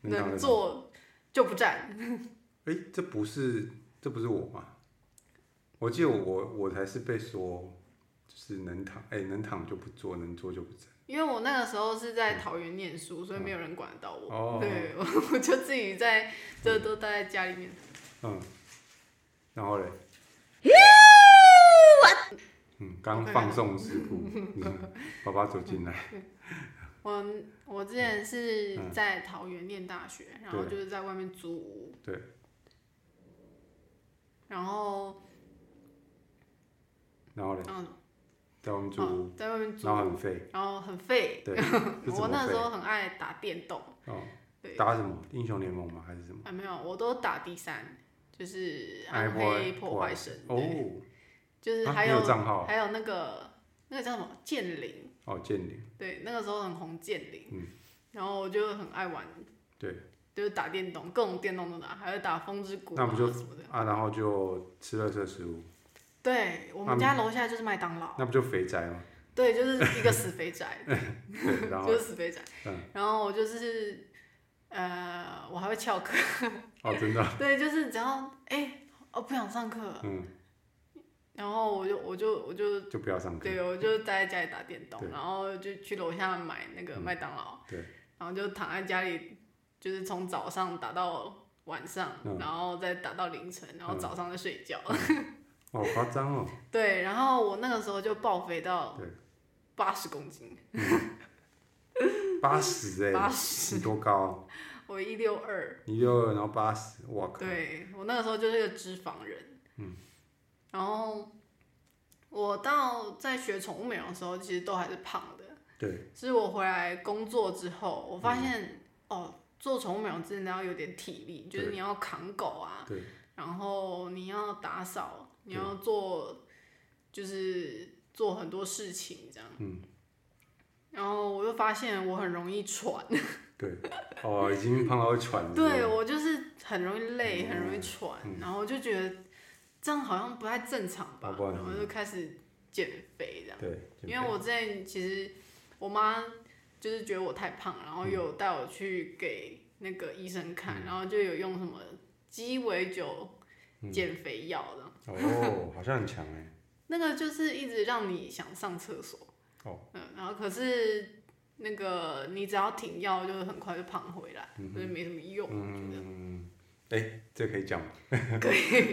A: 那当然
B: 能坐就不站。
A: 哎、这不是这不是我吗？我记得我我才是被说，就是能躺，哎、能躺就不坐，能坐就不站。
B: 因为我那个时候是在桃园念书，所以没有人管得到
A: 嗯
B: 我。
A: 哦
B: 对，我 (laughs) 我就自己在，就都待在家里面。
A: 嗯，然 (laughs) 后嘞，嗯，刚
B: 啊
A: 放送事故，嗯爸爸走进来，
B: 我我之前是
A: 嗯
B: 在桃园念大学，然后就是在外面租屋，
A: 对，
B: 然后
A: 然后嘞，
B: 嗯，
A: 在我们住屋，
B: 哦在外面租
A: 然后很
B: 屋，
A: 废，
B: 然后很废。
A: 对，是怎
B: 我那
A: 么
B: 时
A: 废？
B: 候很爱打电动，
A: 哦，
B: 对，
A: 打什么？英雄联盟吗？还是什么？
B: 啊没有，我都打第三，就是
A: 哎
B: 暗黑
A: 破
B: 破坏神，对，
A: 哦，
B: 就是
A: 啊
B: 还
A: 你
B: 有
A: 有账号
B: 还有那个那个叫什么剑灵，
A: 哦，剑灵，
B: 对，那个时候很红剑灵，然后我就很爱玩，
A: 嗯对，
B: 就是打电动，各种电动都打，还有打风之谷
A: 那
B: 啊
A: 不
B: 什
A: 就
B: 么的。
A: 啊，然后就吃了这食物，
B: 对我
A: 啊
B: 们家楼下就是麦当劳，
A: 那不就肥宅吗？
B: 对，就是一个死肥宅，
A: 对， (laughs) 然后
B: 就是死肥宅
A: 嗯。
B: 然后我就是，呃，我还会翘课， (laughs)
A: (laughs) 哦，真的，
B: 对，就是只要哎，我不想上课，
A: 嗯，
B: 然后我就我就我就
A: 就不要上课。
B: 对我就待在家里打电动
A: 对，嗯
B: 然后就去楼下买那个麦当劳，
A: 对，
B: 然后就躺在家里，就是从早上打到晚上，
A: 嗯
B: 然后再打到凌晨，然后
A: 嗯
B: 早上再睡觉，
A: 哦，夸张哦，
B: 对，然后我那个时候就暴肥到
A: 对
B: 八十公斤，
A: 八十
B: 八
A: 哎，
B: 十， (laughs)
A: 你多高？
B: 我一六二。
A: 你六然后八十，我靠，
B: 对我那个时候就是个脂肪人，嗯，然后我到在学宠物美容的时候，其实都还是胖的。
A: 对，嗯
B: 是我回来工作之后，我发现、哦，做宠物美容真的要有点体力，就是
A: 对
B: 你要扛狗啊，
A: 对，
B: 然后你要打扫，你
A: 对
B: 要做，就是做很多事情这样，
A: 嗯，
B: 然后我就发现我很容易喘，
A: 对，哦，已经胖到会喘了。
B: 对我就是很容易累，
A: 嗯
B: 很容易喘，
A: 嗯
B: 然后我就觉得这样好像不太正常吧
A: 要，不然
B: 然后就开始减肥这样。
A: 对，
B: 因为我之前其实我妈就是觉得我太胖，然后
A: 嗯
B: 有带我去给那个医生看，然后就有用什么鸡尾酒
A: 嗯
B: 减肥药的，
A: 哦，好像很强哎，
B: 那个就是一直让你想上厕所。
A: 哦，
B: 嗯，然后可是那个你只要停药，就是很快就胖回来，所以没什么用，我觉得。
A: 嗯，哎，这可以讲吗？嗯可以，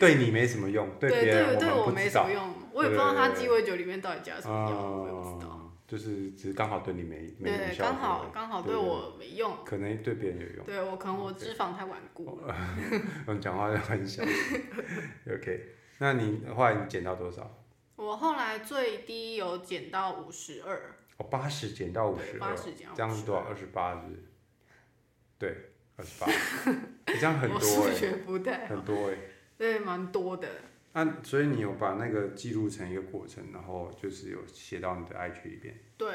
A: 对你没什么用，
B: 对
A: 别人
B: 对对
A: 我
B: 我
A: 们
B: 没
A: 不知
B: 什
A: 道
B: 么用，我也不知道
A: 对
B: 它
A: 对对
B: 鸡尾酒里面到底加什么药，我也不知道。
A: 哦，就是只是刚好对你没没什么
B: 对，
A: 效
B: 刚
A: 果
B: 好
A: 而已，
B: 刚好
A: 对
B: 对
A: 对
B: 我没用，
A: 可能对嗯哦别人有用。 (laughs)
B: 对我可能我脂肪太顽固了，
A: 嗯，讲话就很小心。OK，那你后来你减到多少？
B: 我后来最低有减到五十二，
A: 哦，八十减到五
B: 对
A: 十
B: 八十减到
A: 这样是
B: 52
A: 多少？二十八是不是？对，二
B: (laughs)
A: 十八，你这样很
B: 我
A: 多
B: 数
A: 哎、
B: 学不太好
A: 很，多哎、
B: 对，蛮多的。
A: 啊，所以你有把那个记录成一个过程，然后就是有写到你的 IG 里边。
B: 对，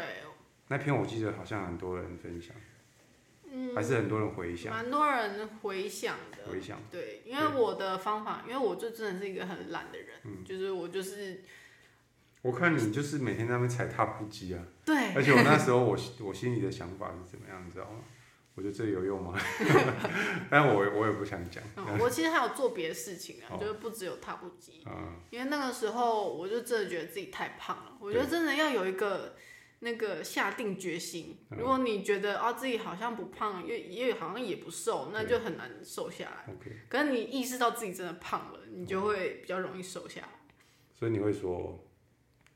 A: 那篇我记得好像很多人分享，
B: 嗯，
A: 还是很多人回想
B: 蛮多人回想的，
A: 回想。
B: 对，因为我的方法，因为我就真的是一个很懒的人，
A: 嗯
B: 就是我就是
A: 我看你就是每天在那边踩踏步机啊，
B: 对，
A: 而且我那时候我我心里的想法是怎么样，你知道吗？我觉得这有用
B: (laughs)
A: 吗？ (laughs) 但我我也不想讲。
B: 嗯
A: (laughs)
B: 我其实还有做别的事情啊，
A: 哦
B: 就是不只有踏步机，
A: 嗯，
B: 因为那个时候我就真的觉得自己太胖了，我觉得真的要有一个那个下定决心。
A: 嗯
B: 如果你觉得啊自己好像不胖，又又好像也不瘦，那就很难瘦下来。
A: OK。
B: 可是你意识到自己真的胖了，你就会比较容易瘦下来
A: 所以你会说，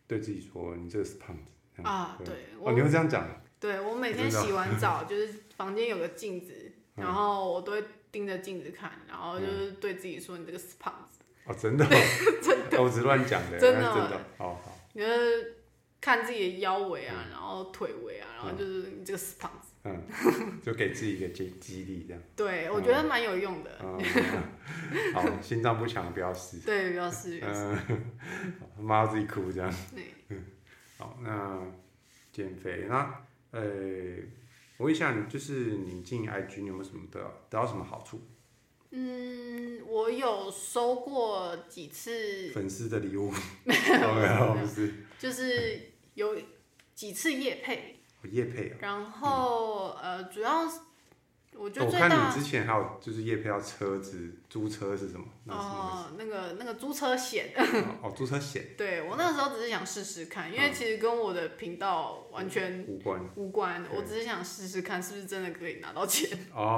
A: 对自己说，你这个是胖子。嗯
B: 啊。
A: 对
B: 对，我
A: 哦，你会这样讲？
B: 对我每天洗
A: (laughs)
B: 完澡，就是房间有个镜子，
A: 嗯
B: 然后我都会盯着镜子看，然后就是对自己说：“你这个死胖子。
A: 哦，真的、哦， (laughs) 真的，我只是乱讲的，
B: 真的
A: 那真的，好好。”
B: 你就是看自己的腰围
A: 嗯
B: 啊，然后腿围啊，然后就是你这个死胖子。
A: 就给自己一个激激励，这样。
B: 对，我觉得蛮有用的。
A: 嗯，好，心脏不强不要试。
B: 对，不要试，不要试。
A: 嗯，妈自己哭这样。
B: 对，
A: 好，那减肥，那呃，我问一下你，就是你进 IG，你有没有什么得得到什么好处？
B: 嗯，我有收过几
A: (laughs)
B: 次，
A: 粉丝的礼物？哦没有， (laughs) 不是。
B: 就是有几次夜配，
A: 我叶配啊，
B: 然后呃，主要是我觉得
A: 嗯哦我
B: 最
A: 看
B: 大
A: 你之前还有就是叶配要车子租车是什么？那是什么
B: 哦，那个那个租车险，
A: 意思？哦，租车险
B: 对我那时候只是想试试看，
A: 嗯
B: 因为其实跟我的频道 (laughs) 完全
A: 无关
B: 无关，
A: 对
B: 我只是想试试看是不是真的可以拿到钱。 (laughs)
A: 哦，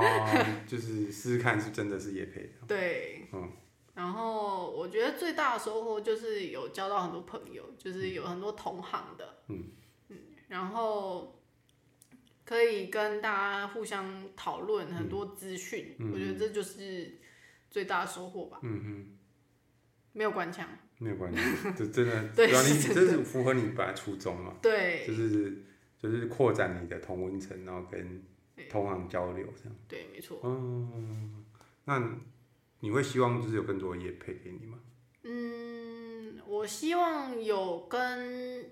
A: 就是试试看是真的是叶配的。
B: 对，
A: 嗯
B: 然后我觉得最大的收获就是有交到很多朋友，就是有很多同行的，
A: 嗯
B: 嗯然后可以跟大家互相讨论很多资讯，
A: 嗯
B: 我觉得这就是最大的收获吧。
A: 嗯哼。
B: 没有官腔，
A: 没有关系，这真的
B: (laughs) ，对
A: 主要你
B: 是真
A: 这是符合你本来初衷嘛，
B: 对
A: 就是就是扩展你的同温层，然后跟同行交流这样。
B: 对，没错。
A: 嗯，那你会希望就是有更多的业配给你吗？
B: 嗯，我希望有跟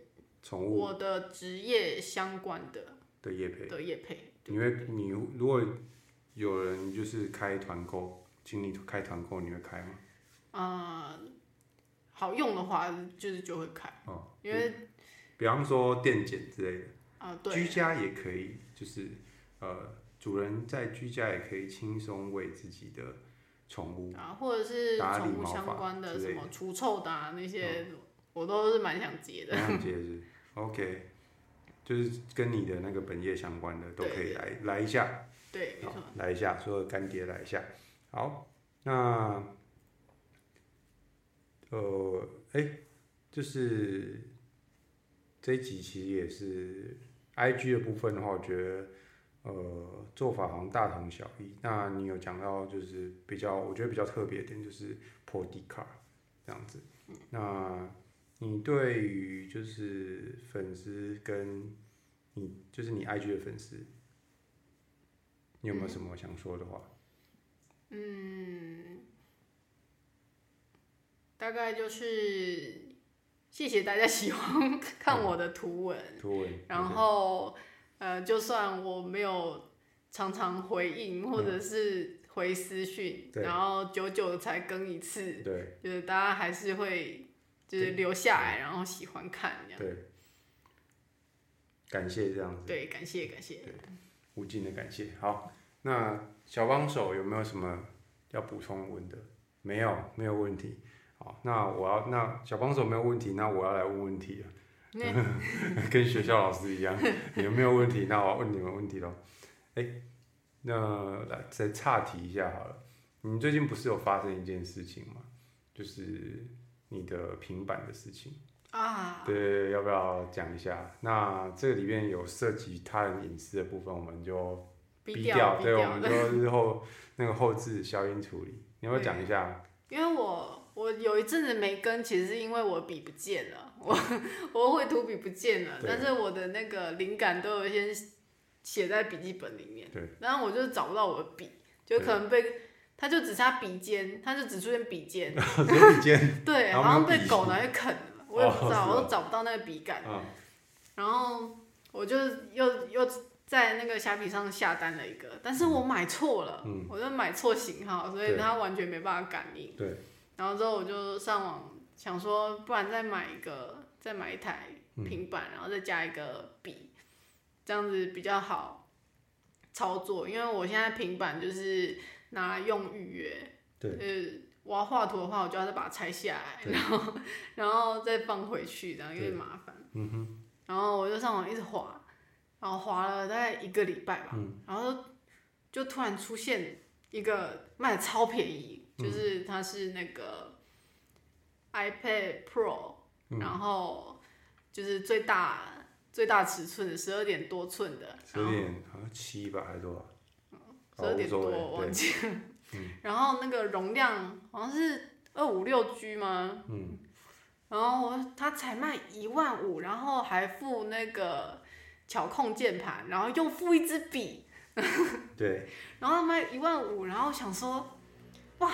A: 宠物
B: 我的职业相关的
A: 的业配，
B: 的业配，
A: 你会你如果有人就是开团购，请你开团购，你会开吗？
B: 啊、好用的话就是就会开，
A: 哦，
B: 因为
A: 比方说电检之类的，
B: 啊、
A: 居
B: 对
A: 家也可以，就是呃，主人在居家也可以轻松为自己的宠物。
B: 啊，或者是
A: 打理
B: 宠物
A: 毛
B: 相
A: 发
B: 关的
A: 之
B: 什
A: 类嗯
B: 么除臭的啊那些，我都是蛮想接
A: (laughs)
B: 的。
A: 重阳节日，OK，就是跟你的那个本业相关的都可以来来一下，
B: 对，没
A: 好
B: 错。
A: 来一下，所有干爹来一下。好，那呃，哎、就是这一集其实也是 IG 的部分的话，我觉得呃做法好像大同小异。那你有讲到就是比较，我觉得比较特别的点就是 p o d i c a 这样子。
B: 嗯
A: 那你对于就是粉丝跟你就是你 IG 的粉丝，你
B: 嗯
A: 有没有什么想说的话？
B: 嗯大概就是谢谢大家喜欢看
A: 嗯
B: 我的图文，
A: 图文，
B: (laughs) 然后呃，就算我没有常常回应或者是回私讯，
A: 嗯对
B: 然后久久的才更一次，
A: 对
B: 就是大家还是会就是留下来，然后喜欢看这样。
A: 对，感谢这样子，
B: 对，感谢感谢。
A: 无尽的感谢。好，那小帮手有没有什么要补充问的？没有，没有问题。好，那我要那小帮手没有问题，那我要来问问题了，
B: 那
A: (laughs) 跟学校老师一
B: (laughs)
A: 样，你们没有问题，那我要问你们问题喽。哎、那来再岔题一下好了，你最近不是有发生一件事情吗？就是你的平板的事情。
B: 啊，
A: 对，要不要讲一下？那这个里面有涉及他人隐私的部分，我们就
B: 逼
A: 掉，
B: 逼
A: 对，我
B: 掉
A: 们就日后那个后置消音处理。你要不要讲一下？
B: (laughs) 因为我我有一阵子没跟，其实是因为我笔不见了，我我绘图笔不见了，
A: 对
B: 但是我的那个灵感都有一些写在笔记本里面。
A: 对，
B: 然后我就找不到我的笔，就可能被，它就只差笔尖，它就只出现笔尖，
A: 只有一
B: (laughs)
A: 间，
B: 对，
A: 然后
B: 好像
A: 没有
B: 被
A: 笔
B: 狗拿去啃了，我也不知
A: 哦
B: 道，
A: 是
B: 我
A: 哦
B: 都找不到那个笔杆。
A: 嗯，
B: 然后我就又又在那个虾皮上下单了一个，但是我买错了，
A: 嗯
B: 我就买错型号，所以
A: 对
B: 它完全没办法感应。
A: 对，
B: 然后之后我就上网想说，不然再买一个，再买一台
A: 嗯
B: 平板，然后再加一个笔，这样子比较好操作。因为我现在平板就是拿来用预约，
A: 对
B: 呃，我要画图的话，我就要再把它拆下来，
A: 对
B: 然后然后再放回去，这样有点麻烦。
A: 嗯哼，
B: 然后我就上网一直滑，然后滑了大概一个礼拜吧，
A: 嗯
B: 然后就突然出现一个卖的超便宜，
A: 嗯
B: 就是它是那个 iPad Pro，、
A: 嗯
B: 然后就是最大最大尺寸的十二点多寸的，
A: 十
B: 然后
A: 点好像七吧还是多少？
B: 十二点多
A: 哦无所谓
B: 我
A: 对
B: 忘记了， (laughs) 然后那个容量好像是二五六 G 吗？
A: 嗯，
B: 然后我他才卖一万五，然后还附那个巧控键盘，然后又附一支笔，
A: 对，
B: 然后他卖一万五，然后想说，哇，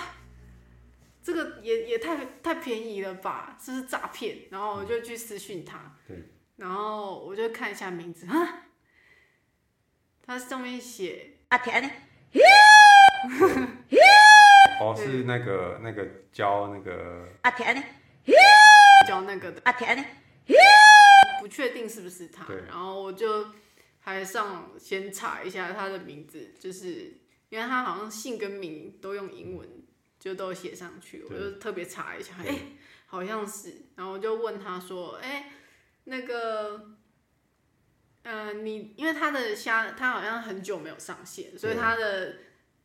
B: 这个也也太太便宜了吧，这是诈骗。然后我就去私讯他， (laughs)
A: 对，
B: 然后我就看一下名字，哈，它上面写
C: 啊天呢！
A: 哦，是那个那个教那个，
C: 啊天呢！
B: 教那个的。
C: 啊天呢！
B: 不确定是不是他
A: 对，
B: 然后我就还上先查一下他的名字，就是因为他好像姓跟名都用英文，就都写上去，我
A: 对
B: 就特别查一下，哎、
A: 对
B: 好像是，然后我就问他说，哎、那个。呃，你因为他的虾，他好像很久没有上线，所以
A: 对
B: 他的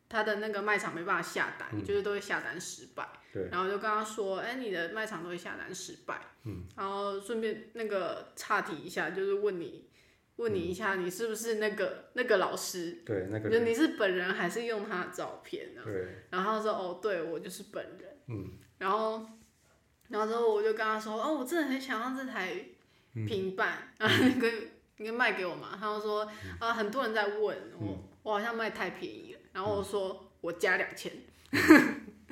B: 他的那个卖场没办法下单，
A: 嗯
B: 就是都会下单失败。
A: 对，
B: 然后就跟他说，哎、你的卖场都会下单失败，
A: 嗯，
B: 然后顺便那个岔题一下，就是问你，问你一下，你是不是那个那个老师？
A: 对那个
B: 就
A: 人，
B: 你是本人还是用他的照片呢、
A: 对，
B: 然后他说，哦，对我就是本人。
A: 嗯，
B: 然后，然后之后我就跟他说，哦，我真的很想要这台
A: 嗯
B: 平板，然后 (laughs) 你可以你可以卖给我嘛？他就说，
A: 嗯
B: 啊，很多人在问我，我好像卖太便宜了。
A: 嗯
B: 然后我说，我加两千，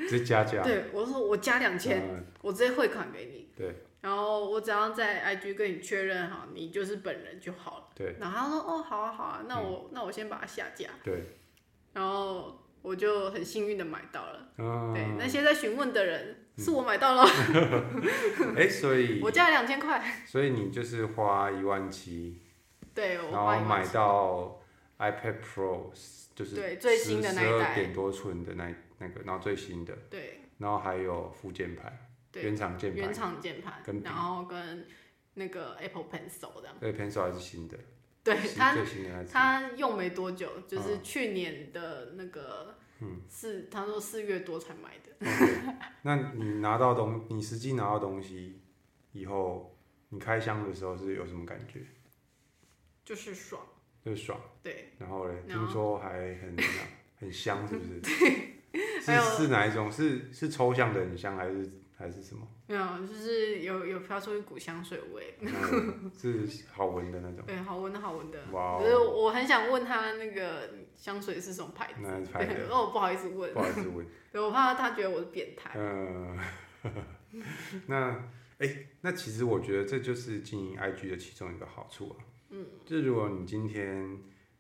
A: 直接加价，
B: 对我说我加两千，
A: 嗯，
B: 我直接汇款给你，
A: 对
B: 然后我只要在 IG 跟你确认好，你就是本人就好了。
A: 对嗯
B: 然后他说哦，好啊好啊，那我、那我先把它下架，
A: 对，
B: 然后我就很幸运的买到了。
A: 嗯，
B: 对，那些在询问的人是我买到了，
A: 哎，所以
B: 我加了两千块，
A: 所以你就是花一万七，
B: 对我
A: 然
B: 花
A: 后
B: 一万
A: 买
B: 七，
A: 到 iPad Pro，就是
B: 对最新的那
A: 十
B: 一
A: 二
B: 代，
A: 点多寸的那一那个，然后最新的，
B: 对
A: 然后还有副键盘、
B: 对
A: 原，厂键
B: 原
A: 盘，
B: 厂键盘
A: 跟，笔
B: 然后跟那个 Apple Pencil 这样，
A: 对，Pencil 还是新的，
B: 对
A: 新
B: 它
A: 最新的那只，
B: 他用没多久，
A: 啊
B: 就是去年的那个
A: 嗯
B: 四，他说四月多才买的。
A: OK，那你拿到东，你实际拿到东西以后，你开箱的时候是有什么感觉？
B: 就是爽，
A: 就是爽，
B: 对，
A: 然后嘞，
B: 然后
A: 听说还很 (coughs) 很香，是不是？
B: 还有
A: 是是哪一种？是是抽象的很香，还是还是什么？ (laughs)
B: 没有，就是有有飘出一股香水味，
A: 嗯是好闻的那种。
B: 对，好闻好闻的。
A: 哇
B: 可是
A: 哦，
B: 我很想问他那个香水是什么牌子，
A: 那拍
B: 对，
A: 的
B: 哦，不好意思问
A: 不，好意思闻。
B: 对我怕他觉得我是变态，
A: 嗯， (laughs) 那哎、那其实我觉得这就是经营 IG 的其中一个好处啊。嗯，就是如果你今天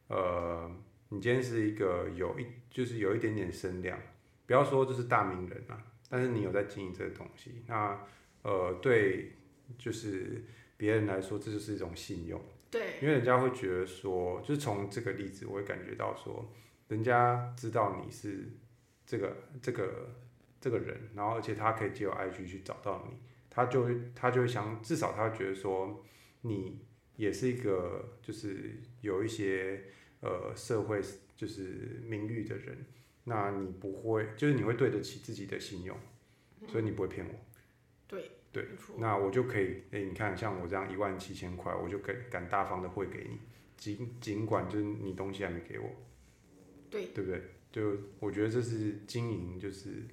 A: 呃，你今天是一个有一就是有一点点声量，不要说就是大名人啊，但是你有在经营这个东西，那呃，对，就是别人来说，这就是一种信用。
B: 对，
A: 因为人家会觉得说，就是从这个例子，我会感觉到说，人家知道你是这个这个这个人，然后而且他可以借由 IG 去找到你，他就会他就会想，至少他会觉得说，你也是一个就是有一些呃社会就是名誉的人，那你不会就是你会对得起自己的信用，所以你不会骗我。
B: 对，
A: 对
B: 没错，
A: 那我就可以，哎、你看，像我这样一万七千块，我就敢敢大方的汇给你，尽尽管就是你东西还没给我，
B: 对，
A: 对不对？就我觉得这是经营，就是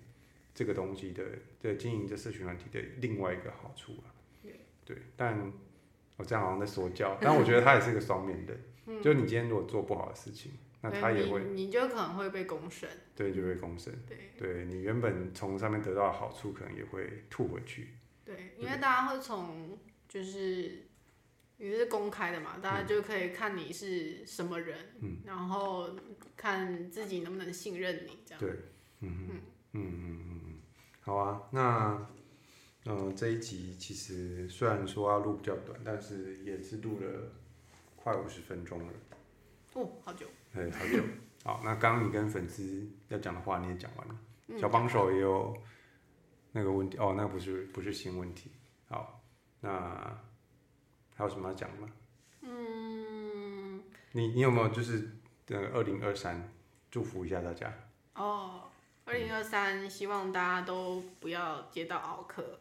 A: 这个东西的，对，经营这社群软体的另外一个好处啊。对，但我、这样好像在说教，但我觉得它也是一个双面人，
B: 嗯
A: 就你今天如果做不好的事情，那他也会嗯
B: 你，你就可能会被公审。
A: 对就会公审，
B: 对
A: 对你原本从上面得到的好处，可能也会吐回去。
B: 对，因为大家会从就是你是公开的嘛，大
A: 嗯
B: 家就可以看你是什么人，然后看自己能不能信任你这样。
A: 对，嗯嗯嗯嗯嗯嗯，好啊，那。嗯，这一集其实虽然说要录比较短，但是也是录了快五十分钟了。
B: 哦，好久。
A: 对，好久。好，那刚刚你跟粉丝要讲的话你也讲完了，
B: 嗯
A: 小帮手也有那个问题哦，那不是不是新问题。好，那还有什么要讲的吗？嗯，你你有没有就是呃二零二三祝福一下大家？
B: 哦，二零二三，希望大家都不要接到熬课。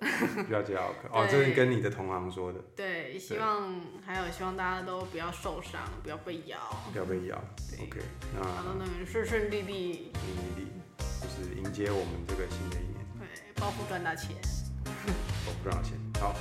A: 不要接奥克哦，
B: 对
A: 这是跟你的同行说的，
B: (laughs) 对，希望还有希望大家都不要受伤，不要被咬，
A: 不要被咬。
B: 对
A: OK，
B: 然
A: 那
B: 后能顺顺利利，
A: 你就是迎接我们这个新的一年，
B: 对，暴富赚大钱。
A: 我不知道钱。好，